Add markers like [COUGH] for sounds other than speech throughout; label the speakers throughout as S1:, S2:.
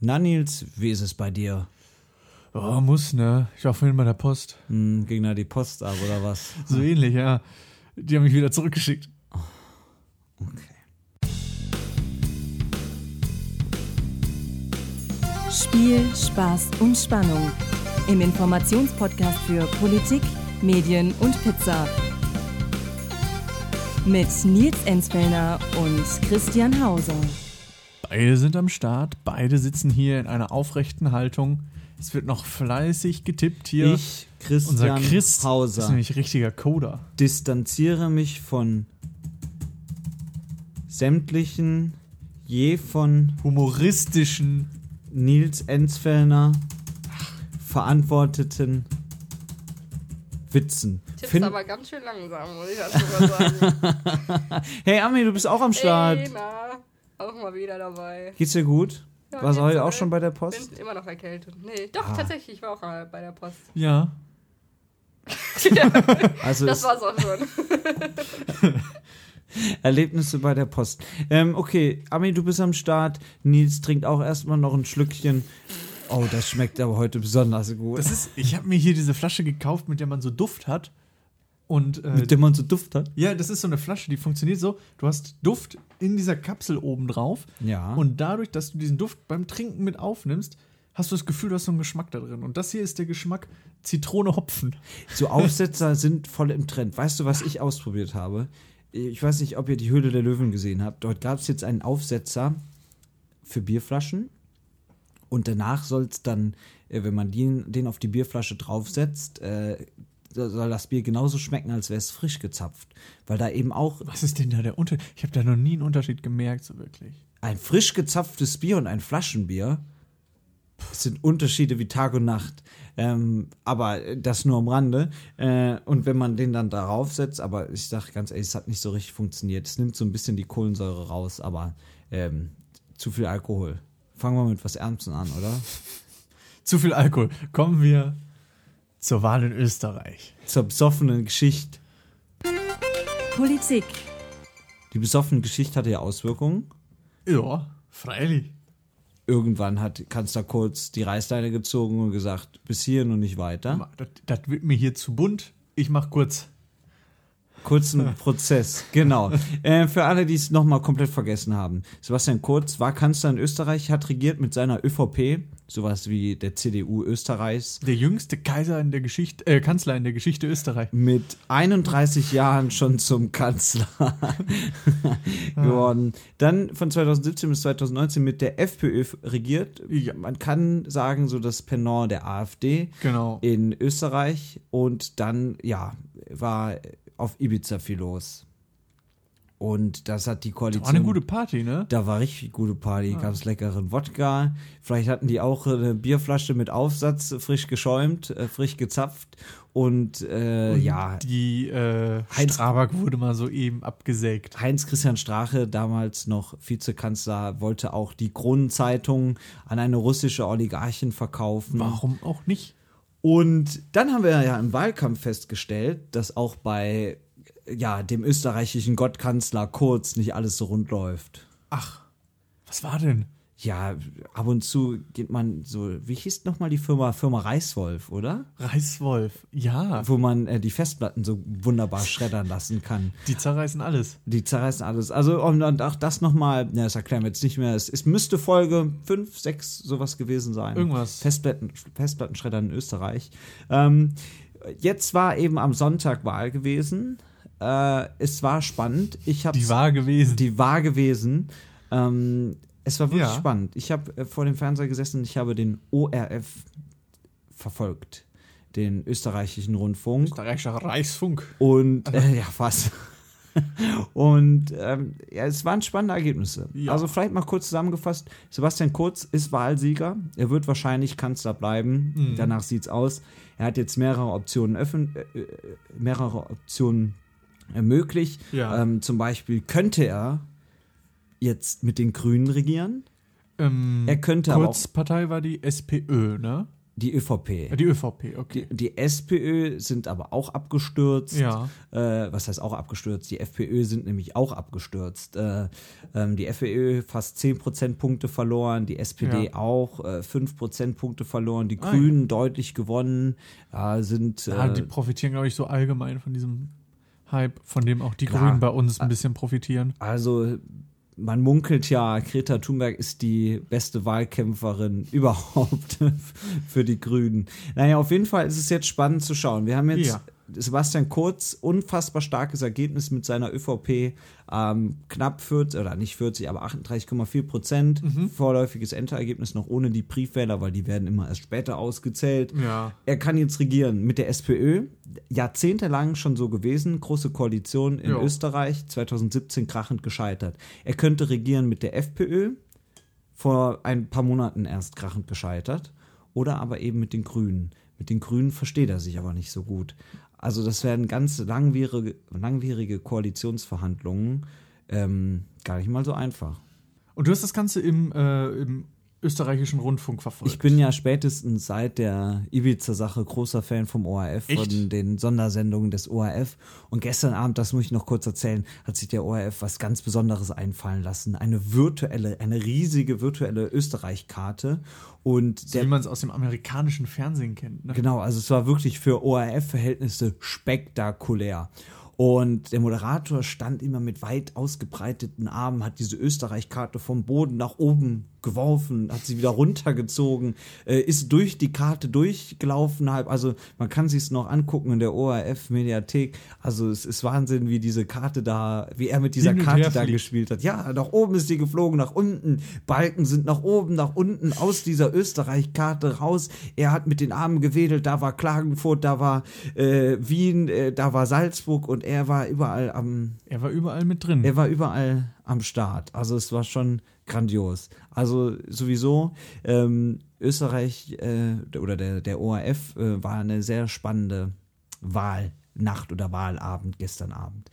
S1: Na, Nils, wie ist es bei dir?
S2: Oh, muss, ne? Ich war vorhin bei der Post.
S1: Hm, ging da die Post ab oder was?
S2: So ähnlich, ja. Die haben mich wieder zurückgeschickt.
S1: Okay.
S3: Spiel, Spaß und Spannung. Im Informationspodcast für Politik, Medien und Pizza. Mit Nils Enzfellner und Christian Hauser.
S2: Beide sind am Start, beide sitzen hier in einer aufrechten Haltung. Es wird noch fleißig getippt hier.
S1: Ich, Christian
S2: Unser Chris ist
S1: Hauser,
S2: nämlich richtiger Coder.
S1: distanziere mich von sämtlichen je von
S2: Humoristischen.
S1: Nils Enzfellner verantworteten Witzen.
S4: Tippst
S1: Fin-
S4: aber ganz schön langsam, muss ich dazu mal sagen.
S1: hey, Ami, du bist auch am Start.
S4: Ey, na, auch mal wieder dabei.
S1: Geht's dir gut?
S4: Ja,
S1: Warst du
S4: geht's
S1: heute
S4: mir.
S1: auch schon bei der
S4: Bin
S1: Post?
S4: immer noch erkältet. Nee, doch, tatsächlich, ich war auch mal bei der Post.
S2: Ja.
S1: Also
S4: Das
S1: es-
S4: war's auch schon.
S1: Erlebnisse bei der Post. Ähm, okay, Ami, du bist am Start. Nils trinkt auch erstmal noch ein Schlückchen. Oh, das schmeckt aber heute besonders gut.
S2: Das ist, ich habe mir hier diese Flasche gekauft, mit der man so Duft hat. Und äh,
S1: mit dem man so Duft hat.
S2: ja, das ist so eine Flasche, die funktioniert so. Du hast Duft in dieser Kapsel oben drauf.
S1: Ja.
S2: Und dadurch, dass du diesen Duft beim Trinken mit aufnimmst, hast du das Gefühl, du hast so einen Geschmack da drin. Und das hier ist der Geschmack Zitrone Hopfen.
S1: So Aufsetzer sind voll im Trend. Weißt du, was ich ausprobiert habe? Ich weiß nicht, ob ihr die Höhle der Löwen gesehen habt. Dort gab es jetzt einen Aufsetzer für Bierflaschen. Und danach soll es dann, äh, wenn man den, den auf die Bierflasche draufsetzt, äh, so- soll das Bier genauso schmecken, als wäre es frisch gezapft. Weil da eben auch
S2: Was ist denn da der Unterschied? Ich habe da noch nie einen Unterschied gemerkt, so wirklich.
S1: ein frisch gezapftes Bier und ein Flaschenbier sind Unterschiede wie Tag und Nacht. Ähm, aber das nur am Rande. Äh, und wenn man den dann darauf setzt, aber ich sage ganz ehrlich, es hat nicht so richtig funktioniert. Es nimmt so ein bisschen die Kohlensäure raus, aber ähm, zu viel Alkohol. Fangen wir mit was Ernstem an, oder?
S2: Zu viel Alkohol. Kommen wir zur Wahl in Österreich.
S1: Zur besoffenen Geschichte.
S3: Politik,
S1: Die besoffene Geschichte hatte ja Auswirkungen.
S2: Ja, freilich.
S1: Irgendwann hat Kanzler Kurz die Reißleine gezogen und gesagt, bis hierhin und nicht weiter.
S2: Das, das wird mir hier zu bunt. Ich mach kurz. [LAUGHS]
S1: kurzen Prozess, genau. Äh, für alle, die es nochmal komplett vergessen haben. Sebastian Kurz war Kanzler in Österreich, hat regiert mit seiner ÖVP, sowas wie der CDU Österreichs,
S2: Der jüngste Kaiser in der Geschichte, äh, Kanzler in der Geschichte Österreich.
S1: mit 31 Jahren schon zum Kanzler [LAUGHS]
S2: Ah.
S1: geworden. Dann von 2017 bis 2019 mit der FPÖ regiert.
S2: Ja.
S1: Man kann sagen, so das Pendant der AfD.
S2: Genau.
S1: in Österreich und dann, ja, war auf Ibiza viel los. Und das hat die Koalition.
S2: War eine gute Party, ne?
S1: da war richtig gute Party, gab's leckeren Wodka. Vielleicht hatten die auch eine Bierflasche mit Aufsatz, frisch geschäumt, äh, frisch gezapft. Und, äh, ja,
S2: Die äh,
S1: Heinz-
S2: Strabag wurde mal soeben abgesägt.
S1: Heinz-Christian Strache, damals noch Vizekanzler, wollte auch die Kronenzeitung an eine russische Oligarchin verkaufen.
S2: Warum auch nicht?
S1: Und dann haben wir ja im Wahlkampf festgestellt, dass auch bei ja, dem österreichischen Gottkanzler Kurz nicht alles so rund läuft.
S2: Ach, was war denn?
S1: Ja, ab und zu geht man so, wie hieß nochmal die Firma? Firma Reißwolf, oder?
S2: Reißwolf. Ja,
S1: Wo man äh, die Festplatten so wunderbar schreddern lassen kann.
S2: die zerreißen alles.
S1: Die zerreißen alles. Also, und, und auch das nochmal, ne, das erklären wir jetzt nicht mehr. Es, es müsste Folge 5, 6 sowas gewesen sein.
S2: Irgendwas.
S1: Festplatten, Festplattenschreddern in Österreich. Ähm, jetzt war eben am Sonntag Wahl gewesen. Äh, es war spannend. Ich habe
S2: Die war gewesen.
S1: die war gewesen. Ähm, es war wirklich
S2: Ja.
S1: spannend. Ich habe äh, vor dem Fernseher gesessen und ich habe den ORF verfolgt, den österreichischen Rundfunk.
S2: Österreichischer Reichsfunk.
S1: Und äh, ja, fast. [LAUGHS] Und ähm, ja, es waren spannende Ergebnisse.
S2: Ja.
S1: Also vielleicht mal kurz zusammengefasst, Sebastian Kurz ist Wahlsieger. Er wird wahrscheinlich Kanzler bleiben. Danach sieht's aus. Er hat jetzt mehrere Optionen öffn äh, äh, mehrere Optionen äh, möglich.
S2: Ja.
S1: Ähm, zum Beispiel könnte er jetzt mit den Grünen regieren.
S2: Ähm,
S1: Er könnte aber auch
S2: Kurzpartei war die SPÖ, ne?
S1: die ÖVP.
S2: Die ÖVP, okay.
S1: Die, die SPÖ sind aber auch abgestürzt.
S2: Ja.
S1: Äh, was heißt auch abgestürzt? Die FPÖ sind nämlich auch abgestürzt. Äh, ähm, die FPÖ fast 10 Prozentpunkte verloren, die SPD
S2: Ja.
S1: auch äh, 5 Prozentpunkte verloren, die
S2: Ah,
S1: Grünen deutlich gewonnen, äh, sind.
S2: Ja,
S1: Äh,
S2: Ah, die profitieren, glaube ich, so allgemein von diesem Hype, von dem auch die
S1: Klar.
S2: Grünen bei uns
S1: Ah.
S2: ein bisschen profitieren.
S1: also. Man munkelt ja, Greta Thunberg ist die beste Wahlkämpferin [LAUGHS] überhaupt für die Grünen. Naja, auf jeden Fall ist es jetzt spannend zu schauen. Wir haben jetzt
S2: Ja.
S1: Sebastian Kurz, unfassbar starkes Ergebnis mit seiner ÖVP. Ähm, knapp 40, oder nicht 40, aber 38,4 Prozent.
S2: Mhm.
S1: Vorläufiges Endergebnis noch ohne die Briefwähler, weil die werden immer erst später ausgezählt.
S2: Ja.
S1: Er kann jetzt regieren mit der SPÖ. Jahrzehntelang schon so gewesen. Große Koalition in
S2: Ja.
S1: Österreich, 2017 krachend gescheitert. Er könnte regieren mit der FPÖ, vor ein paar Monaten erst krachend gescheitert. Oder aber eben mit den Grünen. Mit den Grünen versteht er sich aber nicht so gut. Also das werden ganz langwierige, langwierige Koalitionsverhandlungen. Ähm, gar nicht mal so einfach.
S2: Und du hast das Ganze im, äh, im österreichischen Rundfunk verfolgt.
S1: Ich bin ja spätestens seit der Ibiza-Sache großer Fan vom ORF, von
S2: Echt?
S1: den Sondersendungen des ORF. Und gestern Abend, das muss ich noch kurz erzählen, hat sich der ORF was ganz Besonderes einfallen lassen. Eine virtuelle, eine riesige virtuelle Österreich-Karte. Und
S2: so
S1: der
S2: wie man es aus dem amerikanischen Fernsehen kennt. Ne?
S1: Genau, also es war wirklich für ORF-Verhältnisse spektakulär. Und der Moderator stand immer mit weit ausgebreiteten Armen, hat diese Österreich-Karte vom Boden nach oben geworfen, hat sie wieder runtergezogen, äh, ist durch die Karte durchgelaufen. halb- Also man kann sich es noch angucken in der ORF-Mediathek. Also es ist Wahnsinn, wie diese Karte da, wie er mit dieser
S2: Hin und
S1: Karte
S2: her
S1: da
S2: fliegt.
S1: gespielt hat. Ja, nach oben ist sie geflogen, nach unten. Balken sind nach oben, nach unten aus dieser Österreich-Karte raus. Er hat mit den Armen gewedelt. Da war Klagenfurt, da war äh, Wien, äh, da war Salzburg und er war überall am,
S2: Er war überall mit drin.
S1: er war überall am Start. Also es war schon grandios. Also sowieso ähm, Österreich äh, oder der, der ORF äh, war eine sehr spannende Wahlnacht oder Wahlabend gestern Abend.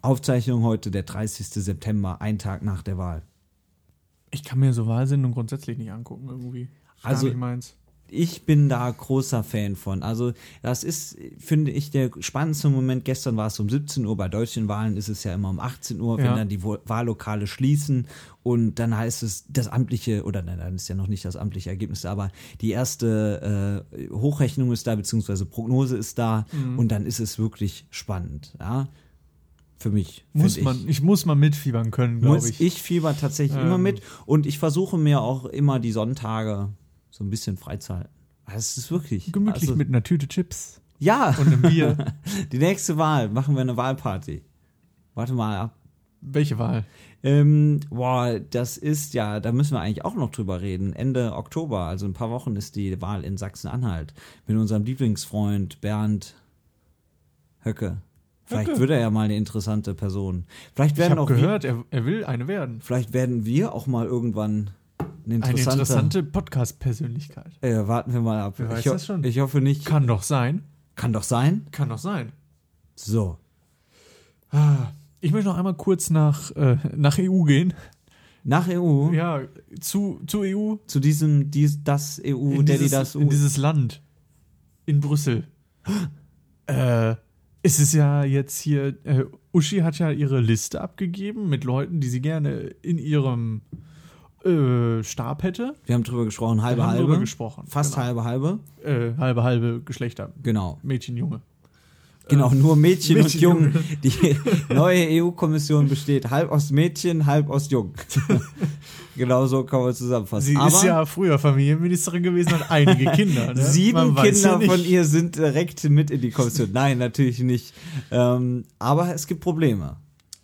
S1: Aufzeichnung heute, der 30. September, ein Tag nach der Wahl.
S2: ich kann mir so Wahlsendungen grundsätzlich nicht angucken irgendwie. Ist
S1: Also-
S2: gar nicht meins.
S1: ich bin da großer Fan von. Also das ist, finde ich, der spannendste Moment. Gestern war es um 17 Uhr, bei deutschen Wahlen ist es ja immer um 18 Uhr, wenn
S2: Ja.
S1: dann die Wo- Wahllokale schließen und dann heißt es das amtliche, oder nein, dann ist ja noch nicht das amtliche Ergebnis da, aber die erste äh, Hochrechnung ist da, beziehungsweise Prognose ist da
S2: Mhm.
S1: und dann ist es wirklich spannend. Ja? Für mich. find
S2: Muss
S1: ich.
S2: man, ich. muss mal mitfiebern können, glaube
S1: Muss
S2: ich.
S1: ich. fieber tatsächlich
S2: Ähm.
S1: immer mit und ich versuche mir auch immer die Sonntage so ein bisschen freizuhalten. Also Es ist wirklich.
S2: Gemütlich
S1: also,
S2: mit einer Tüte Chips
S1: Ja,
S2: und einem Bier.
S1: [LAUGHS] die nächste Wahl machen wir eine Wahlparty. Warte mal ab.
S2: Welche Wahl?
S1: Ähm, boah, das ist ja, da müssen wir eigentlich auch noch drüber reden. Ende Oktober, also in ein paar Wochen, ist die Wahl in Sachsen-Anhalt mit unserem Lieblingsfreund Bernd Höcke. Vielleicht
S2: Höcke.
S1: wird er ja mal eine interessante Person. Vielleicht
S2: Ich
S1: werden
S2: habe
S1: auch wir-
S2: gehört, er, er will eine werden.
S1: Vielleicht werden wir auch mal irgendwann eine
S2: Eine
S1: interessante.
S2: interessante Podcast-Persönlichkeit.
S1: äh, warten wir mal ab.
S2: Wer weiß
S1: ich, ho-
S2: das schon?
S1: ich hoffe nicht. Kann,
S2: Kann doch sein.
S1: doch sein.
S2: Kann doch sein.
S1: So.
S2: Ah, Ich möchte noch einmal kurz nach, äh, nach EU gehen.
S1: Nach EU,
S2: Ja, zu, zu E EU.
S1: zu diesem, dies, das E EU,
S2: in
S1: Daddy,
S2: dieses,
S1: das
S2: in
S1: EU.
S2: dieses Land. In Brüssel. [GASPS] äh, es ist ja jetzt hier, äh, Uschi hat ja ihre Liste abgegeben mit Leuten, die sie gerne in ihrem äh, Stab hätte.
S1: Wir haben drüber gesprochen,
S2: Wir
S1: halbe,
S2: haben drüber
S1: halbe.
S2: gesprochen.
S1: Fast
S2: genau.
S1: halbe, halbe.
S2: Äh, halbe, halbe Geschlechter.
S1: Genau.
S2: Mädchen, Junge.
S1: Genau, nur Mädchen,
S2: Äh, Mädchen,
S1: und Jungen. Die [LAUGHS] neue EU-Kommission besteht halb aus Mädchen, halb aus
S2: [LAUGHS]
S1: Jungen. genau so kann man zusammenfassen.
S2: Sie
S1: Aber
S2: ist ja früher Familienministerin gewesen und hat einige Kinder. Ne?
S1: Sieben
S2: Man weiß ja
S1: Kinder
S2: nicht.
S1: von ihr sind direkt mit in die Kommission. Nein, natürlich nicht. Ähm, aber es gibt Probleme.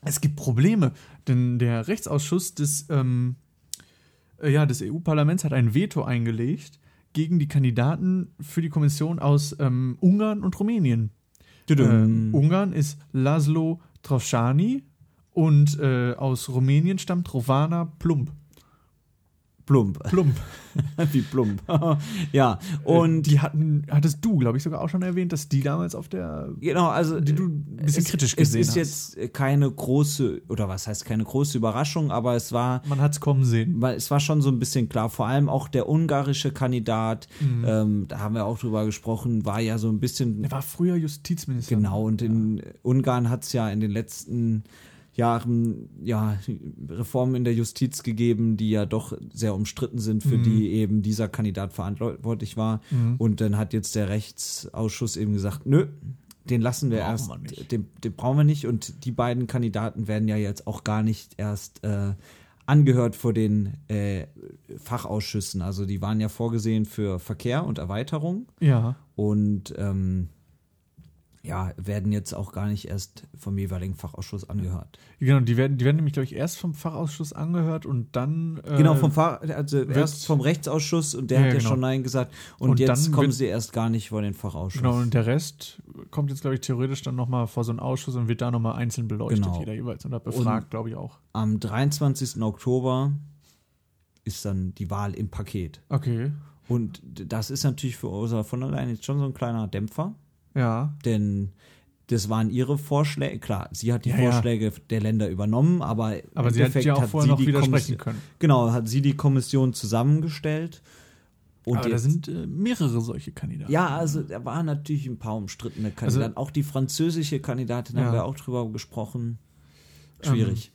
S2: Es gibt Probleme, denn der Rechtsausschuss des, ähm, äh, ja, des EU-Parlaments hat ein Veto eingelegt gegen die Kandidaten für die Kommission aus ähm, Ungarn und Rumänien. Ähm, Ungarn ist Laszlo Troschani und äh, aus Rumänien stammt Rovana Plump.
S1: Plump. [LAUGHS]
S2: Plump.
S1: Wie plump. [LAUGHS] ja, und
S2: die hatten, hattest du, glaube ich, sogar auch schon erwähnt, dass die damals auf der.
S1: Genau, also
S2: Die du ein bisschen kritisch gesehen
S1: es ist
S2: hast.
S1: jetzt äh, keine große oder was heißt keine große Überraschung, aber es war
S2: Man hat's kommen sehen.
S1: weil es war schon so ein bisschen klar, vor allem auch der ungarische Kandidat,
S2: Mhm.
S1: ähm, da haben wir auch drüber gesprochen, war ja so ein bisschen
S2: Er war früher Justizminister.
S1: Genau, und in Ungarn hat es ja in den letzten Jahren ja, Reformen in der Justiz gegeben, die ja doch sehr umstritten sind,
S2: Mhm.
S1: für die eben dieser Kandidat verantwortlich war. Und dann hat jetzt der Rechtsausschuss eben gesagt, nö, den lassen wir
S2: Brauchen
S1: erst,
S2: wir nicht.
S1: den, den brauchen wir nicht. Und die beiden Kandidaten werden ja jetzt auch gar nicht erst äh, angehört vor den äh, Fachausschüssen. Also die waren ja vorgesehen für Verkehr und Erweiterung
S2: Ja.
S1: und ähm, ja, werden jetzt auch gar nicht erst vom jeweiligen Fachausschuss angehört.
S2: Genau, die werden, die werden nämlich, glaube ich, erst vom Fachausschuss angehört und dann. äh,
S1: genau, vom Fach, also erst
S2: wird's-
S1: vom Rechtsausschuss und der
S2: Ja,
S1: hat ja
S2: genau.
S1: schon Nein gesagt. Und,
S2: Und
S1: jetzt
S2: dann
S1: kommen
S2: wird-
S1: sie erst gar nicht vor den Fachausschuss.
S2: Genau, und der Rest kommt jetzt, glaube ich, theoretisch dann nochmal vor so einen Ausschuss und wird da nochmal einzeln beleuchtet,
S1: Genau.
S2: jeder jeweils. Und da befragt, glaube ich, auch.
S1: Am 23. Oktober ist dann die Wahl im Paket.
S2: Okay.
S1: Und das ist natürlich für Ursula von der Leyen jetzt schon so ein kleiner Dämpfer.
S2: Ja.
S1: denn das waren ihre Vorschläge. Klar, sie hat die
S2: Ja, ja.
S1: Vorschläge der Länder übernommen, aber, im
S2: Aber sie hat
S1: Endeffekt
S2: ja auch vorher noch
S1: die
S2: widersprechen
S1: Kommission-
S2: können.
S1: Genau, hat sie die Kommission zusammengestellt. Und
S2: Aber da
S1: jetzt,
S2: sind äh, mehrere solche Kandidaten.
S1: ja, also da waren natürlich ein paar umstrittene Kandidaten. auch die französische Kandidatin haben
S2: Also Ja. Ähm,
S1: wir auch drüber gesprochen. Schwierig.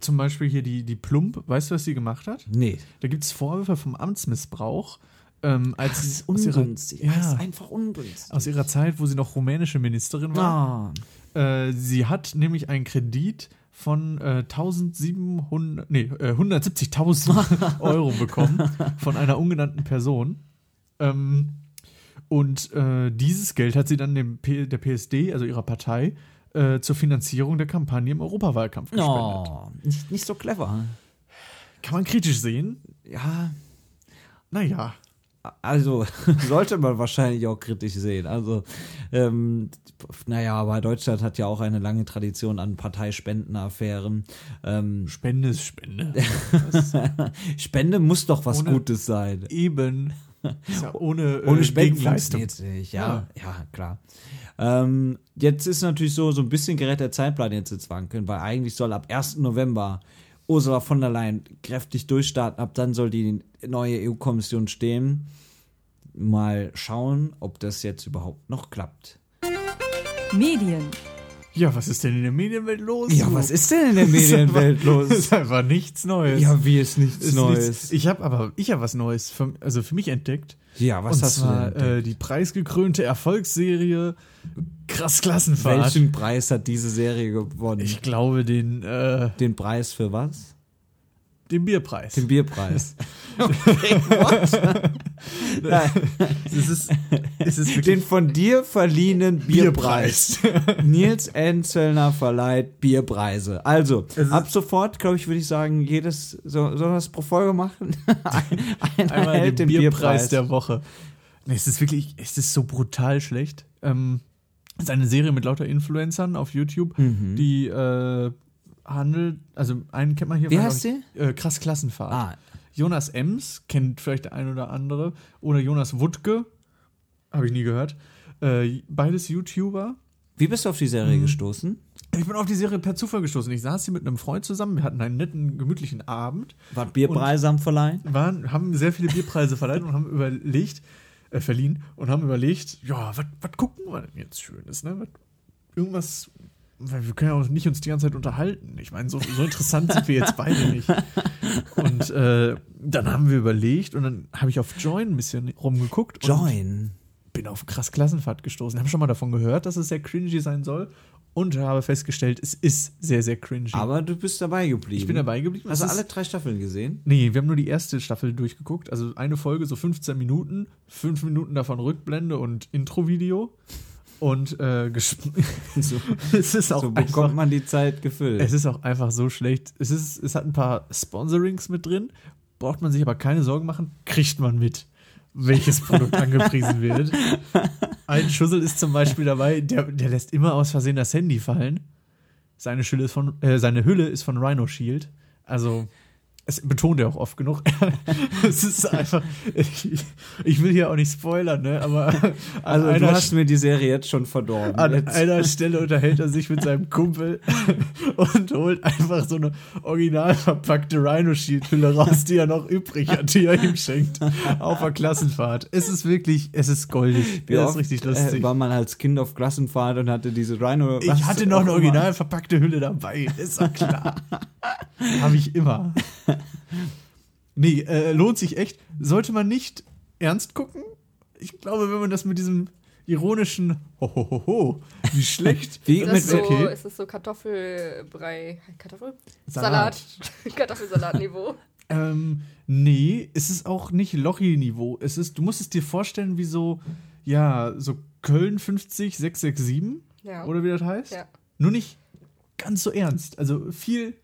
S2: Zum Beispiel hier die, die Plump, weißt du, was sie gemacht hat?
S1: nee.
S2: Da gibt es Vorwürfe vom Amtsmissbrauch. Ähm, als
S1: Das ist
S2: aus ihrer-
S1: ungünstig. Das ist
S2: Ja,
S1: einfach ungünstig.
S2: aus ihrer Zeit, wo sie noch rumänische Ministerin war.
S1: ah,
S2: Äh, sie hat nämlich einen Kredit von äh, 1700, nee, äh,
S1: [LAUGHS]
S2: 170.000 Euro bekommen von einer ungenannten Person. Ähm, und äh, dieses Geld hat sie dann dem P der PSD, also ihrer Partei, äh, zur Finanzierung der Kampagne im Europawahlkampf gespendet.
S1: oh, nicht, nicht so clever.
S2: Kann man kritisch sehen?
S1: Ja,
S2: Naja.
S1: Also, sollte man wahrscheinlich auch kritisch sehen. Also, ähm, naja, aber Deutschland hat ja auch eine lange Tradition an Parteispendenaffären. Ähm,
S2: Spende ist
S1: [LAUGHS]
S2: Spende.
S1: Spende muss doch was
S2: Ohne-
S1: Gutes sein.
S2: Eben. Ist ja ohne, äh,
S1: Ohne Spenden
S2: Gegenleistung.
S1: funktioniert nicht. Ja, ja. klar. Ähm, jetzt ist natürlich so, so ein bisschen gerät der Zeitplan jetzt ins Wanken, weil eigentlich soll ab 1. November Ursula von der Leyen kräftig durchstarten. Ab dann soll die neue EU-Kommission stehen. Mal schauen, ob das jetzt überhaupt noch klappt.
S3: Medien.
S2: Ja, was ist denn in der Medienwelt los?
S1: Ja, [LAUGHS]
S2: du?
S1: was ist denn in der
S2: [LAUGHS]
S1: Medienwelt los?
S2: ist einfach nichts Neues.
S1: wie ist nichts
S2: Ist nichts. Ich habe aber ich habe was Neues, für, also für mich entdeckt.
S1: Ja, was
S2: und
S1: hast
S2: zwar,
S1: du denn?
S2: Äh, die preisgekrönte Erfolgsserie Krass Klassenfahrt.
S1: Welchen Preis hat diese Serie gewonnen?
S2: Ich glaube den äh,
S1: den Preis für was?
S2: den Bierpreis.
S1: Den [LAUGHS] Bierpreis. okay, what? Nein,
S2: es ist es [LAUGHS] ist
S1: den
S2: wirklich
S1: von dir
S2: [LAUGHS]
S1: verliehenen Bierpreis. [LAUGHS] Nils Enzellner verleiht Bierpreise. Also,
S2: Es ist-
S1: ab sofort, glaube ich, würde ich sagen, jedes, so, soll das pro Folge machen? [LAUGHS] Ein, einer
S2: Einmal
S1: hält
S2: den, Bierpreis der Woche. Nee, es ist wirklich, es ist so brutal schlecht. Ähm, es ist eine Serie mit lauter Influencern auf YouTube, die äh, handelt, also einen kennt man hier.
S1: Wie
S2: von,
S1: heißt
S2: glaub ich, Äh, Krass Klassenfahrt.
S1: Ah,
S2: Jonas Ems, kennt vielleicht der ein oder andere, oder Jonas Wuttke, habe ich nie gehört. Äh, beides YouTuber.
S1: wie bist du auf die
S2: Mhm.
S1: Serie gestoßen?
S2: Ich bin auf die Serie per Zufall gestoßen. Ich saß hier mit einem Freund zusammen, wir hatten einen netten, gemütlichen Abend,
S1: War Bierpreise am Verleihen?
S2: waren, haben sehr viele Bierpreise verleiht und haben überlegt, äh, verliehen und haben überlegt, ja, was was gucken wir denn jetzt Schönes, ne? Was- irgendwas, weil wir können ja auch nicht uns die ganze Zeit unterhalten. Ich meine, so, so interessant sind wir jetzt beide nicht. Und äh, dann haben wir überlegt und dann habe ich auf Join ein bisschen rumgeguckt.
S1: Join.
S2: Und bin auf krass Klassenfahrt gestoßen. Habe schon mal davon gehört, dass es sehr cringy sein soll und habe festgestellt, es ist sehr, sehr cringy.
S1: Aber du bist dabei geblieben.
S2: ich bin dabei geblieben.
S1: Hast du
S2: Es ist-
S1: alle drei Staffeln
S2: [LAUGHS]
S1: gesehen?
S2: Nee, wir haben nur die erste Staffel durchgeguckt. Also eine Folge, so 15 Minuten, 5 Minuten davon Rückblende und Intro-Video. Und äh, [LAUGHS] gesp-
S1: So,
S2: es ist auch
S1: so
S2: einfach,
S1: bekommt man die Zeit gefüllt.
S2: es ist auch einfach so schlecht. Es, ist, es hat ein paar Sponsorings mit drin, braucht man sich aber keine Sorgen machen, kriegt man mit, welches
S1: [LAUGHS]
S2: Produkt angepriesen wird. Ein Schussel ist zum Beispiel dabei, der, der lässt immer aus Versehen das Handy fallen. Seine, Schülle ist von, äh, seine Hülle ist von Rhino Shield. Also Es betont er auch oft genug. [LAUGHS] es ist einfach. Ich, ich will hier auch nicht spoilern, ne? Aber an
S1: Also du
S2: einer
S1: hast mir die Serie jetzt schon verdorben.
S2: An
S1: jetzt. [LAUGHS]
S2: einer Stelle unterhält er sich mit seinem Kumpel und holt einfach so eine original verpackte Rhino Shield Hülle raus, die er noch übrig hat, die er ihm schenkt auf der Klassenfahrt. Es ist wirklich, es ist goldig. Ja, das ist richtig
S1: Äh,
S2: lustig.
S1: war man als Kind auf Klassenfahrt und hatte diese Rhino.
S2: ich
S1: was Oh,
S2: hatte noch eine
S1: auch
S2: original verpackte Hülle dabei, ist doch klar. Habe ich immer. Nee, äh, lohnt sich echt. Sollte man nicht ernst gucken? Ich glaube, wenn man das mit diesem ironischen Hohoho, wie schlecht.
S1: Wie
S4: Ist
S1: mit
S4: das so,
S2: okay.
S4: ist das so Kartoffelbrei, Kartoffel? Salat. [LAUGHS] Kartoffelsalatniveau.
S2: Ähm, nee, es ist auch nicht Lochi-Niveau. Es ist, du musst es dir vorstellen, wie so, ja, so Köln 50, 667
S4: Ja.
S2: oder wie das heißt.
S4: Ja.
S2: Nur nicht ganz so ernst. Also viel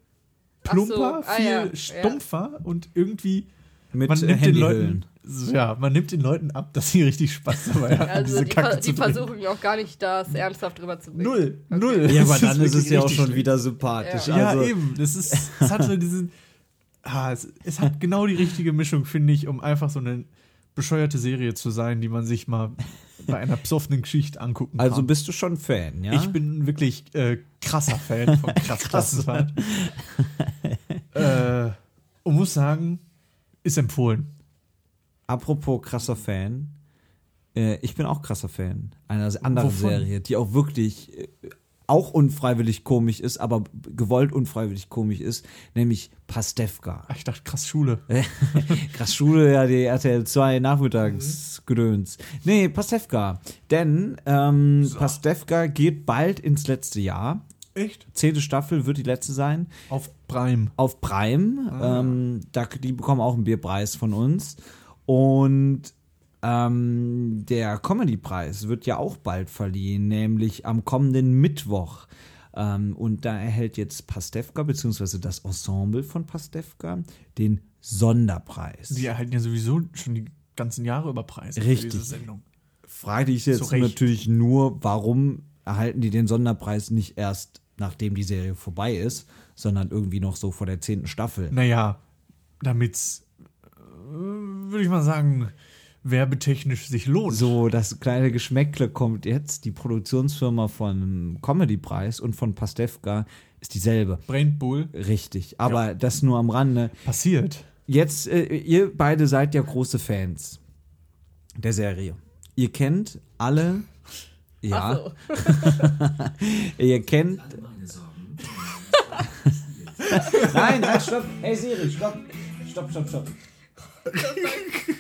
S4: Ach so,
S2: plumper,
S4: ah
S2: viel
S4: ja, ja.
S2: stumpfer und irgendwie
S1: Mit äh,
S2: man nimmt den Leuten,
S1: Handyhüllen.
S2: ja, man nimmt den Leuten ab, dass sie richtig Spaß dabei haben,
S4: Also
S2: diese
S4: die,
S2: Kacke
S4: ver-
S2: zu
S4: die
S2: drehen.
S4: versuchen auch gar nicht, das ernsthaft drüber zu bringen.
S2: Null, null. [LAUGHS]
S1: Ja, aber
S2: Es
S1: dann ist es
S2: wirklich
S1: ja auch
S2: richtig
S1: schon
S2: schlecht.
S1: wieder sympathisch.
S4: Ja.
S1: Also,
S2: ja, eben. Das ist, es hat so diesen. Ah, es, es hat genau die richtige Mischung, finde ich, um einfach so eine bescheuerte Serie zu sein, die man sich mal bei einer psoffenen Geschichte angucken
S1: also
S2: kann.
S1: bist du schon Fan, ja?
S2: ich bin wirklich äh, krasser Fan [LAUGHS] von krass Klassenfahrt. äh, und muss sagen, ist empfohlen.
S1: Apropos krasser Fan. Äh, ich bin auch krasser Fan einer se- anderen
S2: Wovon?
S1: Serie, die auch wirklich äh, auch unfreiwillig komisch ist, aber b- gewollt unfreiwillig komisch ist, nämlich Pastewka.
S2: Ah, Ich dachte, krass Schule.
S1: [LAUGHS] Krass Schule, ja, die RTL 2 Nachmittagsgedöns. Nee, Pastewka. Denn ähm, Pastewka geht bald ins letzte Jahr.
S2: Echt?
S1: Zehnte Staffel wird die letzte sein.
S2: Auf Prime.
S1: auf Prime. Ähm, da, die bekommen auch einen Bierpreis von uns. Und ähm, der Comedy-Preis wird ja auch bald verliehen, nämlich am kommenden Mittwoch. Ähm, und da erhält jetzt Pastewka, beziehungsweise das Ensemble von Pastewka, den Sonderpreis.
S2: Sie erhalten ja sowieso schon die ganzen Jahre über Preise für
S1: Richtig.
S2: diese Sendung.
S1: frage ich
S2: Zu
S1: jetzt
S2: Recht.
S1: natürlich nur, warum erhalten die den Sonderpreis nicht erst, nachdem die Serie vorbei ist, sondern irgendwie noch so vor der zehnten Staffel.
S2: Naja, damit's, äh, würde ich mal sagen, werbetechnisch sich lohnt.
S1: So, das kleine Geschmäckle kommt jetzt. Die Produktionsfirma von Comedy-Preis und von Pastewka ist dieselbe.
S2: Brain Bull
S1: Richtig. Aber das nur am Rande.
S2: passiert.
S1: Jetzt, äh, ihr beide seid ja große Fans der Serie. Ihr kennt alle. Ja.
S4: Ach so.
S1: [LAUGHS] Ihr kennt. [LAUGHS] nein, nein, stopp. Hey Siri, stopp. Stopp, stopp, stopp.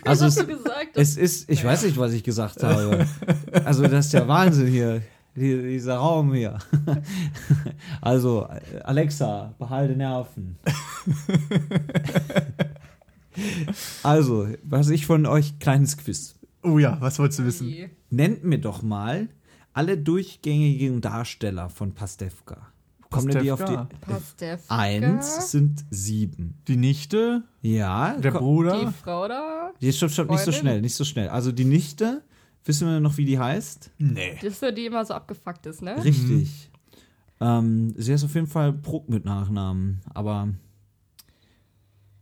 S1: Also
S4: Was
S1: es,
S4: hast du gesagt?
S1: es ist, ich weiß nicht, was ich gesagt habe. Also das ist der Wahnsinn hier, die, dieser Raum hier. [LAUGHS] Also Alexa, behalte Nerven. Also, was ich von euch, kleines Quiz.
S2: Oh ja, was wolltest du wissen?
S4: Die-
S1: Nennt mir doch mal alle durchgängigen Darsteller von Pastewka. Kommen denn die auf die
S2: Pastewka.
S4: Pastewka.
S1: Eins sind sieben.
S2: Die Nichte,
S1: Ja,
S2: der
S1: ko-
S4: Die
S2: Bruder.
S4: Frau da.
S1: Jetzt stopp, stopp, nicht so
S4: Freundin?
S1: schnell, nicht so schnell. Also die Nichte, wissen wir noch, wie die heißt?
S4: Mhm.
S2: Nee.
S4: Das ist ja die immer so abgefuckt ist, ne?
S1: Richtig. Ähm, sie heißt auf jeden Fall Bruck mit Nachnamen, aber.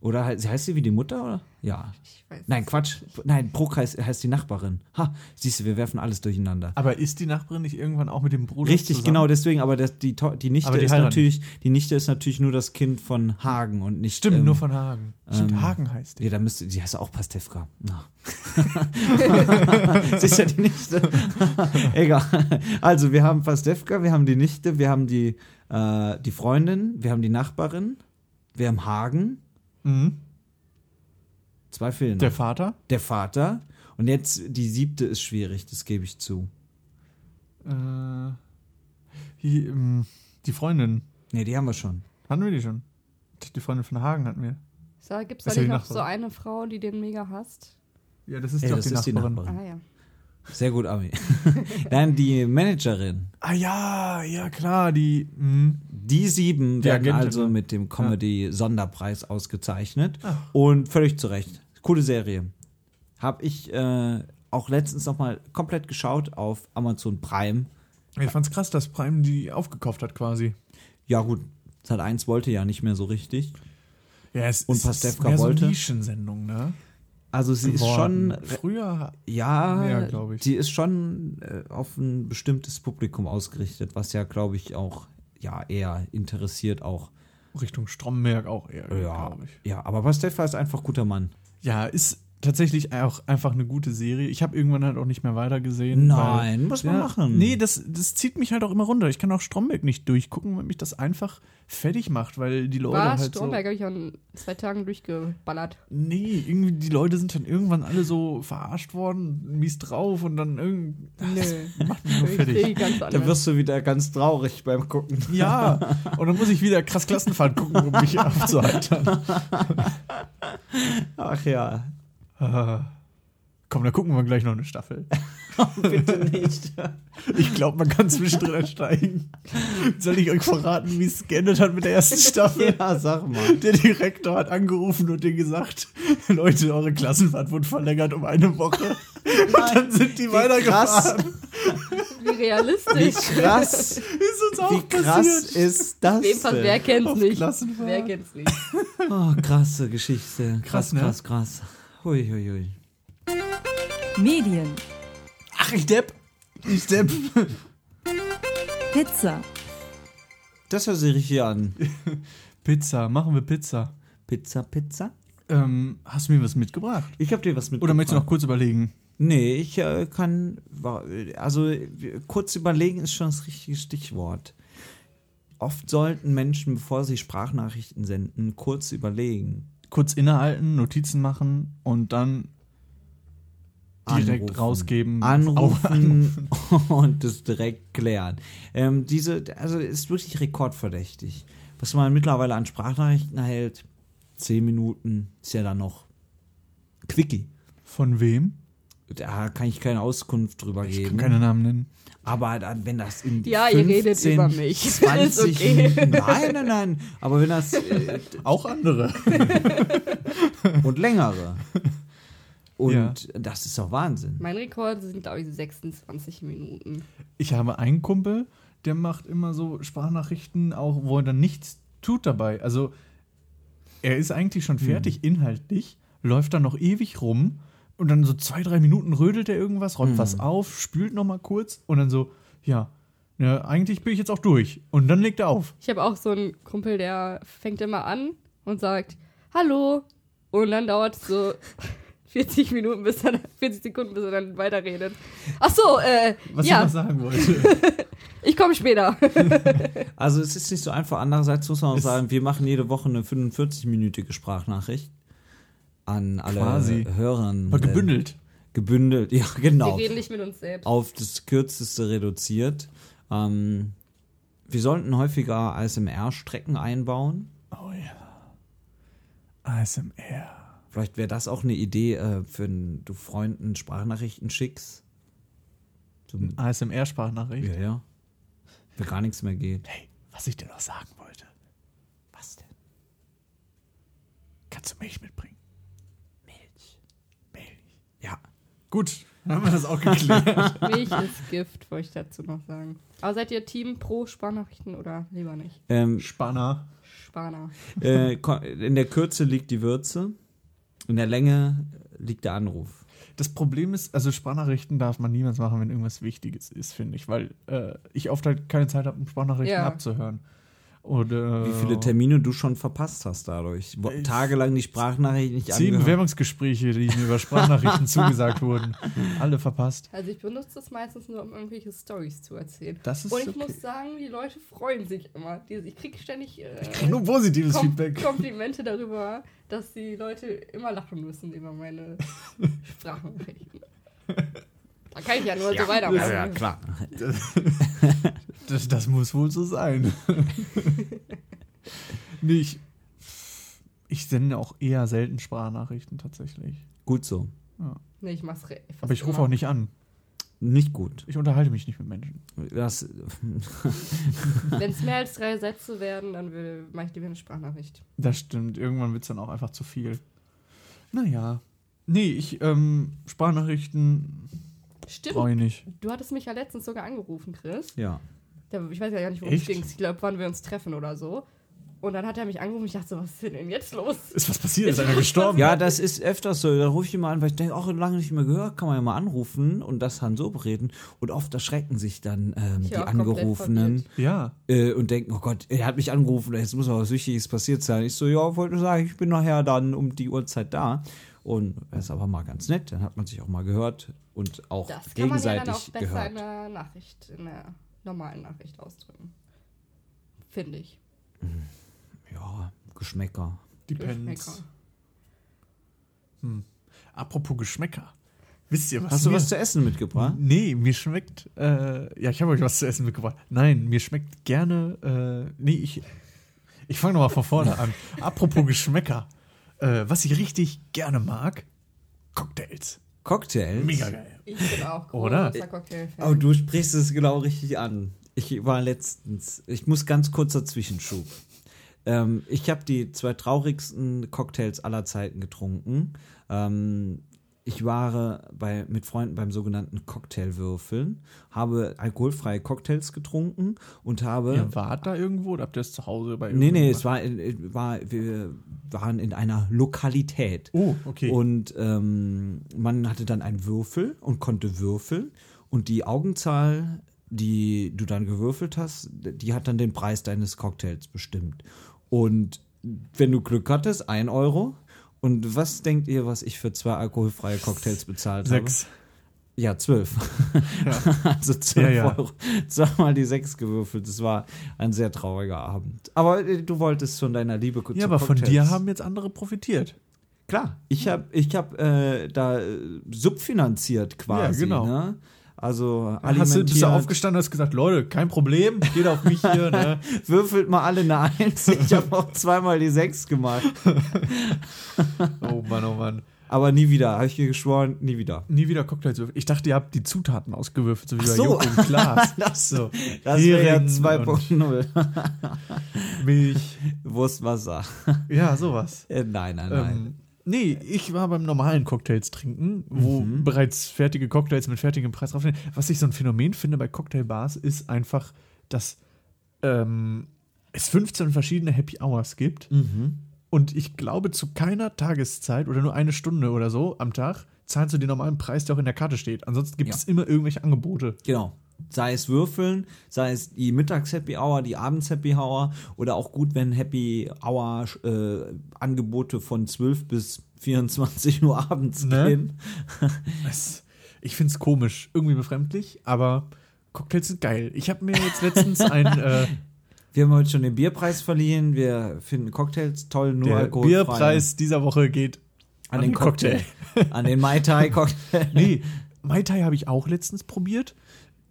S1: Oder he- sie heißt sie wie die Mutter, oder? Ja.
S4: Ich weiß
S1: Nein, Quatsch. Nein, Bruck heißt, heißt die Nachbarin. Ha, siehst du, wir werfen alles durcheinander.
S2: Aber ist die Nachbarin nicht irgendwann auch mit dem Bruder
S1: Richtig,
S2: zusammen?
S1: genau, deswegen, aber das, die, To- die Nichte
S2: Aber die
S1: ist
S2: heiraten.
S1: natürlich, die Nichte ist natürlich nur das Kind von Hagen und nicht.
S2: Stimmt,
S1: ähm,
S2: nur von Hagen. Stimmt,
S1: ähm,
S2: Hagen heißt die.
S1: Ja, da müsste, die heißt auch Pastewka.
S2: [LAUGHS]
S1: Na. [LAUGHS] Siehst ja die Nichte.
S2: [LAUGHS]
S1: Egal. Also, wir haben Pastewka, wir haben die Nichte, wir haben die, äh, die Freundin, wir haben die Nachbarin, wir haben Hagen,
S2: Mhm.
S1: zwei Filme.
S2: Der
S1: Der,
S2: Vater?
S1: Vater. Und jetzt die siebte ist schwierig, das gebe ich zu.
S2: Äh, die, ähm, die Freundin.
S1: Nee, die haben wir schon.
S2: Hatten wir die schon? Die Freundin von Hagen hatten wir.
S4: Sag, gibt's
S2: Ist
S4: da
S2: ja
S4: nicht
S2: die
S4: noch
S2: Nachbarin.
S4: so eine Frau, die den mega hasst?
S2: Ja, das ist
S1: Ja,
S2: doch
S1: das
S2: die,
S1: ist die
S2: Nachbarin.
S1: Nachbarin.
S4: Ah ja.
S1: Sehr gut, Ami. [LAUGHS] Dann die Managerin.
S2: Ah ja, ja klar, die. mhm.
S1: Die sieben
S2: Die
S1: werden
S2: Agentin,
S1: also
S2: ne?
S1: mit dem Comedy-Sonderpreis ausgezeichnet. Und völlig zu Recht. Coole Serie. Hab ich äh, auch letztens nochmal komplett geschaut auf Amazon Prime.
S2: Ich fand's krass, dass Prime die aufgekauft hat quasi.
S1: Ja, gut, Sat 1 wollte ja nicht mehr so richtig.
S2: Ja, es
S1: Und
S2: es
S1: Pastewka
S2: mehr
S1: wollte.
S2: So Nischensendung, ne?
S1: Also sie ist schon,
S2: Geworden. Früher.
S1: ja,
S2: Ja, glaub ich.
S1: die ist schon äh, auf ein bestimmtes Publikum ausgerichtet, was ja, glaube ich, auch ja eher interessiert auch.
S2: Richtung Stromberg auch eher,
S1: Ja,
S2: glaube ich.
S1: ja, aber Pastewka ist einfach guter Mann.
S2: Ja, ist tatsächlich auch einfach eine gute Serie. Ich habe irgendwann halt auch nicht mehr weitergesehen.
S1: Nein,
S2: weil,
S1: muss man machen.
S2: Nee, das, das zieht mich halt auch immer runter. Ich kann auch Stromberg nicht durchgucken, weil mich das einfach fertig macht, weil die Leute
S4: War
S2: halt
S4: Stromberg, habe ich an zwei
S2: [LAUGHS]
S4: Tagen durchgeballert.
S2: so... Nee, irgendwie die Leute sind dann irgendwann alle so verarscht worden, mies drauf und dann irgendwie...
S4: Nö.
S2: Macht mich nur
S4: Ich sehe
S2: fertig.
S4: ganz
S1: Da
S4: anders.
S1: wirst du wieder ganz traurig beim Gucken.
S2: Ja, und dann muss ich wieder krass Klassenfahrt gucken, um mich aufzuheitern.
S1: Ach ja,
S2: Ah. Komm, da gucken wir gleich noch eine Staffel.
S1: [LAUGHS] bitte nicht.
S2: Ich glaube, man kann zwischendrin ersteigen. Soll ich euch verraten, wie es geendet hat mit der ersten Staffel?
S1: [LAUGHS] ja, sag mal.
S2: Der Direktor hat angerufen und denen gesagt, Leute, eure Klassenfahrt wurde verlängert um eine Woche. und dann sind die
S1: krass,
S2: weitergefahren.
S4: Wie
S1: wie
S4: realistisch.
S1: [LAUGHS] krass,
S2: Ist uns auch
S1: wie krass
S2: passiert.
S1: ist das
S4: Wem fast, wer
S1: denn?
S4: kennt's
S2: Auf
S4: nicht?
S2: Klassenfahrt.
S4: Wer kennt's nicht?
S1: Oh, krasse Geschichte. Krass,
S2: Krass, ne?
S1: krass, krass. Hui, hui, hui.
S3: Medien,
S2: Ach, ich depp. Ich depp.
S3: Pizza,
S1: Das hört sich richtig an.
S2: Pizza, machen wir Pizza.
S1: Pizza, Pizza?
S2: Ähm, hast du mir was mitgebracht?
S1: Ich hab dir was mitgebracht.
S2: Oder möchtest du noch kurz überlegen?
S1: Nee, ich äh, kann. wa- Also, äh, kurz überlegen ist schon das richtige Stichwort. Oft sollten Menschen, bevor sie Sprachnachrichten senden, kurz überlegen.
S2: Kurz innehalten, Notizen machen und dann direkt
S1: Anrufen.
S2: rausgeben.
S1: Anrufen [LAUGHS] und das direkt klären. Ähm, diese, also ist wirklich rekordverdächtig. Was man mittlerweile an Sprachnachrichten erhält, zehn Minuten ist ja dann noch Quickie.
S2: Von wem?
S1: Da kann ich keine Auskunft drüber
S2: Ich
S1: geben.
S2: kann keine Namen nennen.
S1: Aber dann, wenn das in
S4: Ja, ihr redet
S1: 15,
S4: über mich. [LAUGHS] Ist
S1: 20
S4: okay.
S1: Minuten, nein, nein, nein. Aber wenn das äh,
S2: Auch andere.
S1: und
S2: [LAUGHS]
S1: längere. Und
S2: Ja.
S1: das ist doch Wahnsinn.
S4: Mein Rekord sind, glaube ich, 26 Minuten.
S2: Ich habe einen Kumpel, der macht immer so Sprachnachrichten, auch wo er dann nichts tut dabei. Also er ist eigentlich schon fertig inhaltlich, läuft dann noch ewig rum und dann so zwei, drei Minuten rödelt er irgendwas, räumt was auf, spült noch mal kurz und dann so, ja, ja, eigentlich bin ich jetzt auch durch. Und dann legt er auf.
S4: Ich habe auch so einen Kumpel, der fängt immer an und sagt Hallo. Und dann dauert es so [LAUGHS] 40 Minuten, bis er, 40 Sekunden, bis er dann weiterredet. Ach so, äh,
S2: Was ich
S4: ja,
S2: noch sagen [LAUGHS] wollte.
S4: ich
S2: [LAUGHS]
S4: komme später.
S1: Also es ist nicht so einfach. Andererseits muss man auch
S2: Es-
S1: sagen, wir machen jede Woche eine 45-minütige Sprachnachricht an alle
S2: Quasi.
S1: Hörern. Äh,
S2: Aber gebündelt.
S1: Gebündelt, [LAUGHS] ja, genau.
S4: Wir reden nicht mit uns selbst.
S1: Auf das Kürzeste reduziert. Ähm, wir sollten häufiger ASMR-Strecken einbauen.
S2: Oh ja. ASMR.
S1: Vielleicht wäre das auch eine Idee, äh, für wenn du Freunden Sprachnachrichten schickst.
S2: Hm.
S1: Zum,
S2: ASMR-Sprachnachricht.
S1: ja, ja. Wenn gar nichts mehr geht.
S2: Hey, was ich dir noch sagen wollte. Was denn? Kannst du Milch mitbringen? Milch. Milch.
S1: Ja.
S2: Gut, dann haben wir das
S1: [LAUGHS]
S2: auch geklärt.
S4: Milch ist Gift, wollte ich dazu noch sagen. Aber seid ihr Team pro Sparnachrichten oder lieber nicht?
S1: Ähm,
S2: Spanner.
S4: Sparner.
S1: äh, ko- in der Kürze liegt die Würze, in der Länge liegt der Anruf.
S2: Das Problem ist, also Sprachnachrichten darf man niemals machen, wenn irgendwas Wichtiges ist, finde ich, weil äh, ich oft halt keine Zeit habe, um Sprachnachrichten
S4: Ja.
S2: abzuhören. Oder
S1: Wie viele Termine du schon verpasst hast dadurch. Wo,
S2: Äh,
S1: tagelang die Sprachnachricht nicht
S2: Zehn
S1: angehört.
S2: Bewerbungsgespräche, die mir
S1: [LAUGHS]
S2: über Sprachnachrichten zugesagt wurden. Alle verpasst.
S4: Also ich benutze das meistens nur, um irgendwelche Stories zu erzählen.
S2: Das ist
S4: Und ich
S2: okay.
S4: muss sagen, die Leute freuen sich immer. Die, ich kriege ständig äh,
S2: Nur positives
S4: Kom
S2: Feedback.
S4: Komplimente darüber, dass die Leute immer lachen müssen
S2: [LAUGHS]
S4: über meine Sprachnachrichten. Da kann ich ja nur so weitermachen.
S1: ja, klar.
S2: Das, das muss wohl so sein. nee, ich, ich sende auch eher selten Sprachnachrichten tatsächlich.
S1: Gut so.
S4: Nee, ich mach's re- fast
S2: Aber ich rufe
S4: immer.
S2: auch nicht an.
S1: Nicht gut.
S2: Ich unterhalte mich nicht mit Menschen.
S1: Das,
S4: Wenn es mehr als drei Sätze werden, dann würde, mache ich dir eine Sprachnachricht.
S2: Das stimmt. Irgendwann wird es dann auch einfach zu viel. Naja. Nee, ich, ähm, Sprachnachrichten
S4: Stimmt.
S2: brauche ich nicht.
S4: Du hattest mich ja letztens sogar angerufen, Chris.
S1: ja.
S4: Da, ich weiß ja gar nicht, worum es
S2: Echt?
S4: ging. Ich glaube, wann wir uns treffen oder so. Und dann hat er mich angerufen. Ich dachte so, was ist denn jetzt los?
S2: Ist was passiert? Ist einer gestorben?
S1: Ja, das ist öfters so. Da rufe ich immer an, weil ich denke, auch lange nicht mehr gehört, kann man ja mal anrufen und das dann so bereden. Und oft erschrecken sich dann ähm, die
S4: Ja, komplett
S1: Angerufenen
S2: Ja.
S1: äh, und denken, oh Gott, er hat mich angerufen, jetzt muss aber was Wichtiges passiert sein. Ich so, ja, wollte nur sagen, ich bin nachher dann um die Uhrzeit da. Und das ist aber mal ganz nett, dann hat man sich auch mal gehört und auch
S4: Das kann man ja dann auch
S1: gegenseitig
S4: besser ne- in
S1: gehört.
S4: einer Nachricht, in einer normalen Nachricht ausdrücken. Finde ich.
S1: Ja, Geschmäcker.
S2: Depends. Hm. Apropos Geschmäcker. Wisst ihr was?
S1: Hast du
S2: mir-
S1: was zu essen mitgebracht?
S2: Nee, mir schmeckt. Äh, ja, ich habe euch was zu essen mitgebracht. Nein, mir schmeckt gerne. Äh, nee, ich. Ich fange nochmal von vorne an. Apropos Geschmäcker. Äh, was ich richtig gerne mag: Cocktails.
S1: Cocktails?
S2: Mega geil.
S4: Ich bin auch
S2: Oder?
S4: großer Cocktail-Fan.
S1: Aber du sprichst es genau richtig an. Ich war letztens, ich muss ganz kurzer Zwischenschub. Ähm, ich habe die zwei traurigsten Cocktails aller Zeiten getrunken. Ähm, ich war bei, mit Freunden beim sogenannten Cocktailwürfeln, habe alkoholfreie Cocktails getrunken und habe.
S2: Ihr wart da irgendwo oder habt ihr das zu Hause bei
S1: nee, nee,
S2: irgendjemandem
S1: es war, in- in- war, wir waren in einer Lokalität.
S2: Oh, okay.
S1: Und ähm, man hatte dann einen Würfel und konnte würfeln. Und die Augenzahl, die du dann gewürfelt hast, die hat dann den Preis deines Cocktails bestimmt. Und wenn du Glück hattest, 1 Euro. Und was denkt ihr, was ich für zwei alkoholfreie Cocktails bezahlt
S2: Sechs.
S1: habe? Ja, zwölf. [LAUGHS] also zwölf
S2: Ja, ja.
S1: Euro. Zweimal die sechs gewürfelt. Das war ein sehr trauriger Abend. Aber äh, du wolltest von deiner Liebe
S2: Ja,
S1: zu
S2: aber von dir
S1: Cocktails-
S2: haben jetzt andere profitiert.
S1: Klar, ich habe ich hab, äh, da äh, subfinanziert quasi.
S2: Ja, genau.
S1: Ne? Also
S2: Hast du, bist du
S1: alimentiert.
S2: aufgestanden und hast gesagt, Leute, kein Problem, geht auf mich
S1: [LAUGHS]
S2: hier, ne?
S1: Würfelt mal alle eine Eins. Ich habe auch zweimal die Sechs gemacht.
S2: Oh Mann, oh Mann.
S1: Aber nie wieder, habe ich mir geschworen, nie wieder.
S2: Nie wieder Cocktails würfeln. Ich dachte, ihr habt die Zutaten ausgewürfelt, so wie bei
S1: so.
S2: Joko und
S1: [LAUGHS]
S2: Klaas.
S1: Das-
S2: so.
S1: Das wäre ja
S2: Hering
S1: 2.0.
S2: und Milch.
S1: [LAUGHS] Wurstwasser.
S2: Ja, sowas.
S1: Äh, nein, nein, nein.
S2: Ähm, nee, ich war beim normalen Cocktails trinken, wo
S1: Mhm.
S2: bereits fertige Cocktails mit fertigem Preis draufstehen. Was ich so ein Phänomen finde bei Cocktailbars ist einfach, dass ähm, es 15 verschiedene Happy Hours gibt
S1: Mhm.
S2: und ich glaube zu keiner Tageszeit oder nur eine Stunde oder so am Tag zahlst du den normalen Preis, der auch in der Karte steht. Ansonsten gibt
S1: Ja.
S2: es immer irgendwelche Angebote.
S1: Genau. Sei es Würfeln, sei es die Mittags-Happy Hour, die Abends-Happy Hour oder auch gut, wenn Happy Hour äh, Angebote von 12 bis 24 Uhr abends
S2: Ne?
S1: gehen.
S2: Es, ich finde es komisch, irgendwie befremdlich, aber Cocktails sind geil. Ich habe mir jetzt
S1: [LAUGHS]
S2: letztens ein äh,
S1: Wir haben heute schon den Bierpreis verliehen. Wir finden Cocktails toll, nur
S2: der
S1: Alkohol.
S2: Bierpreis dieser Woche geht
S1: an, den Cocktail. an den Mai Tai Cocktail.
S2: [LAUGHS] nee, Mai Tai habe ich auch letztens probiert.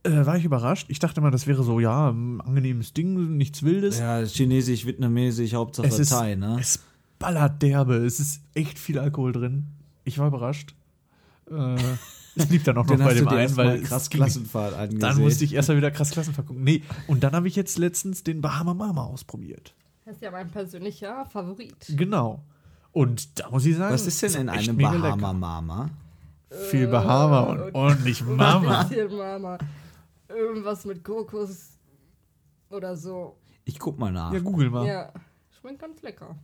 S2: Äh, war ich überrascht. Ich dachte mal, das wäre so, ja, ein angenehmes Ding, nichts Wildes.
S1: Ja, chinesisch, vietnamesisch, Hauptsache
S2: es ist,
S1: Thai, ne?
S2: es ballert derbe. Es ist echt viel Alkohol drin. Ich war überrascht. Äh, es
S1: [LAUGHS]
S2: blieb dann auch noch
S1: Den
S2: bei
S1: hast du
S2: dem
S1: dir
S2: einen,
S1: erstmal
S2: weil es
S1: krass
S2: ging-
S1: Klassenfahrt angesehen.
S2: [LAUGHS] dann musste ich erstmal wieder krass Klassen vergucken. Nee, und dann habe ich jetzt letztens den Bahama Mama ausprobiert.
S4: Das ist ja mein persönlicher Favorit.
S2: Genau. Und da muss ich sagen,
S1: Was ist denn
S2: es
S1: in
S2: echt
S1: einem
S2: mega
S1: Bahama Mama?
S2: Lecker. Viel Bahama
S4: Äh,
S2: und ordentlich
S4: Ein
S2: Mama.
S4: bisschen Mama. Irgendwas mit Kokos oder so.
S1: Ich guck mal nach.
S2: Ja, google mal.
S4: Ja, schmeckt ganz lecker.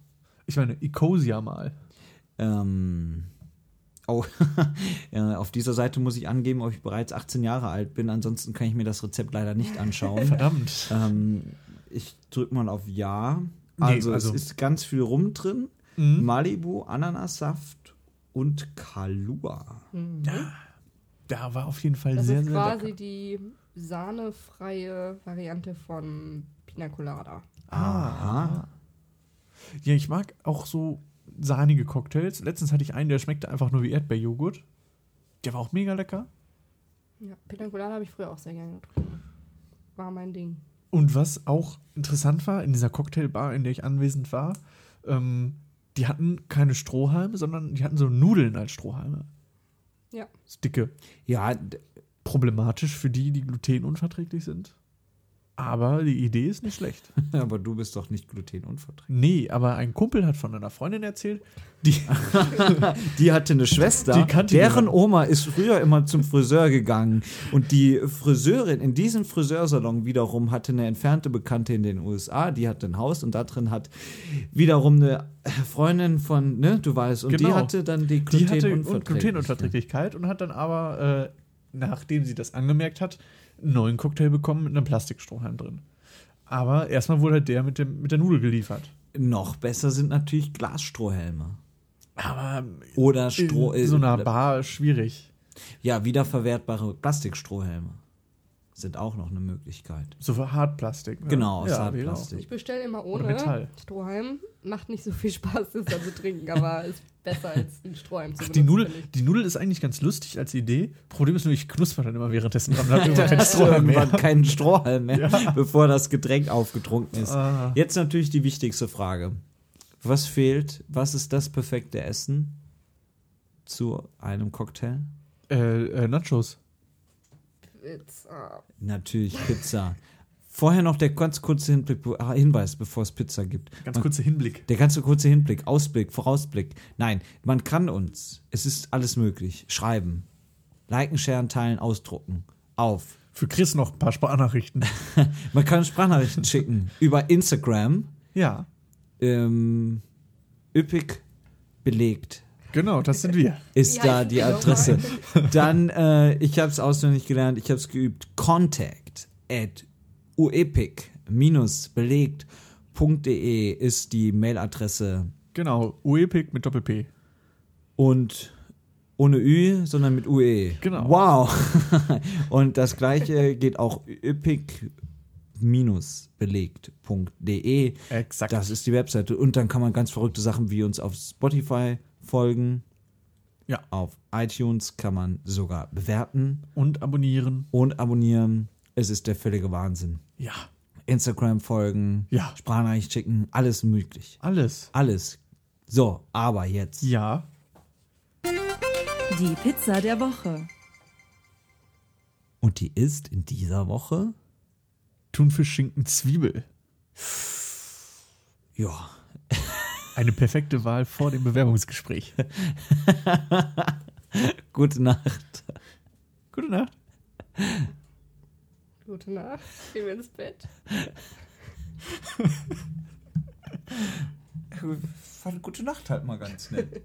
S2: Ich meine, Icosia mal.
S1: Ähm, oh, [LAUGHS] ja, auf dieser Seite muss ich angeben, ob ich bereits 18 Jahre alt bin. Ansonsten kann ich mir das Rezept leider nicht anschauen.
S2: Verdammt.
S1: ähm, ich drücke mal auf Ja.
S2: Nee,
S1: Also,
S2: also- Mhm.
S1: es ist ganz viel Rum drin. Malibu, Ananassaft und Kalua.
S2: Da war auf jeden Fall
S4: Das
S2: sehr,
S4: ist
S2: sehr
S4: quasi
S2: lecker.
S4: die sahnefreie Variante von Pina Colada.
S2: Ah. Aha. Ja, ich mag auch so sahnige Cocktails. Letztens hatte ich einen, der schmeckte einfach nur wie Erdbeerjoghurt. Der war auch mega lecker.
S4: Ja, Pina Colada habe ich früher auch sehr gerne getrunken. War mein Ding.
S2: Und was auch interessant war, in dieser Cocktailbar, in der ich anwesend war, ähm, die hatten keine Strohhalme, sondern die hatten so Nudeln als Strohhalme.
S4: Ja.
S2: So dicke.
S1: Ja, d- [LAUGHS]
S2: Problematisch für die, die glutenunverträglich sind. Aber die Idee ist nicht schlecht.
S1: Aber du bist doch nicht glutenunverträglich.
S2: Nee, aber ein Kumpel hat von einer Freundin erzählt, die
S1: Die hatte eine Schwester,
S2: Die kannte
S1: deren
S2: niemand.
S1: Oma ist früher immer zum Friseur gegangen. Und die Friseurin in diesem Friseursalon wiederum hatte eine entfernte Bekannte in den USA, die hatte ein Haus und da drin hat wiederum eine Freundin von, ne, du weißt, und die
S2: Genau.
S1: hatte dann die
S2: die hatte Un-
S1: Glutenunverträglichkeit.
S2: Glutenunverträglichkeit und hat dann aber, äh, nachdem sie das angemerkt hat, einen neuen Cocktail bekommen mit einem Plastikstrohhalm drin. Aber erstmal wurde halt der mit, dem, mit der Nudel geliefert.
S1: Noch besser sind natürlich Glasstrohhelme.
S2: Aber
S1: Oder Stroh. äh,
S2: in so einer Bar schwierig.
S1: ja, wiederverwertbare Plastikstrohhelme sind auch noch eine Möglichkeit.
S2: So für Hartplastik. ne?
S1: Genau, aus
S2: Ja,
S1: Hartplastik.
S4: Ich bestelle immer ohne
S2: Oder Metall.
S4: Strohhalm. Macht nicht so viel Spaß, das dann zu
S2: [LAUGHS]
S4: trinken, aber ist besser als einen Strohhalm zu
S2: Ach,
S4: benutzen.
S2: die, Nudel,
S4: finde ich.
S2: die Nudel ist eigentlich ganz lustig als Idee. Problem ist nur, ich knusper dann immer währenddessen dran. [LAUGHS] Dann irgendwann kein Strohhalm
S1: irgendwann
S2: mehr.
S1: keinen Strohhalm
S2: [LAUGHS]
S1: mehr, bevor das Getränk aufgetrunken ist.
S2: Ah.
S1: Jetzt natürlich die wichtigste Frage. Was fehlt? Was ist das perfekte Essen zu einem Cocktail?
S2: Äh, äh, Nachos.
S4: Jetzt, ah,
S1: Natürlich Pizza. Vorher noch der ganz kurze Hinblick, ah, Hinweis, bevor es Pizza gibt.
S2: Ganz kurzer Hinblick.
S1: Der ganze kurze Hinblick, Ausblick, Vorausblick. Nein, man kann uns, es ist alles möglich, schreiben, liken, sharen, teilen, ausdrucken, auf.
S2: Für Chris noch ein paar Sprachnachrichten. [LAUGHS]
S1: Man kann Sprachnachrichten schicken [LAUGHS] über Instagram,
S2: ja,
S1: ähm, üppig belegt.
S2: genau, das sind wir.
S1: ist
S4: Wie
S1: da
S4: heißen
S1: die
S4: die
S1: Adresse. Dann, äh, ich habe es auswendig gelernt, ich habe es geübt. Contact at uepic-belegt.de ist die Mailadresse
S2: Genau, Uepic mit Doppel-P.
S1: und ohne Ü, sondern mit UE.
S2: Genau.
S1: Wow. [LAUGHS] und das gleiche geht auch üppig-belegt.de.
S2: Exakt.
S1: Das ist die Webseite. Und dann kann man ganz verrückte Sachen wie uns auf Spotify folgen.
S2: Ja.
S1: Auf iTunes kann man sogar bewerten
S2: Und abonnieren.
S1: und abonnieren. Es ist der völlige Wahnsinn.
S2: Ja,
S1: Instagram folgen,
S2: Ja.
S1: Sprachnachricht schicken, alles möglich.
S2: alles.
S1: Alles. So, aber jetzt.
S2: Ja.
S3: Die Pizza der Woche.
S1: Und die ist in dieser Woche?
S2: Thunfisch, Schinken, Zwiebel.
S1: Ja.
S2: Eine perfekte Wahl vor dem Bewerbungsgespräch.
S1: Gute Nacht.
S2: Gute Nacht.
S4: gute Nacht. Gehen wir ins Bett.
S1: Gute Nacht halt mal ganz nett.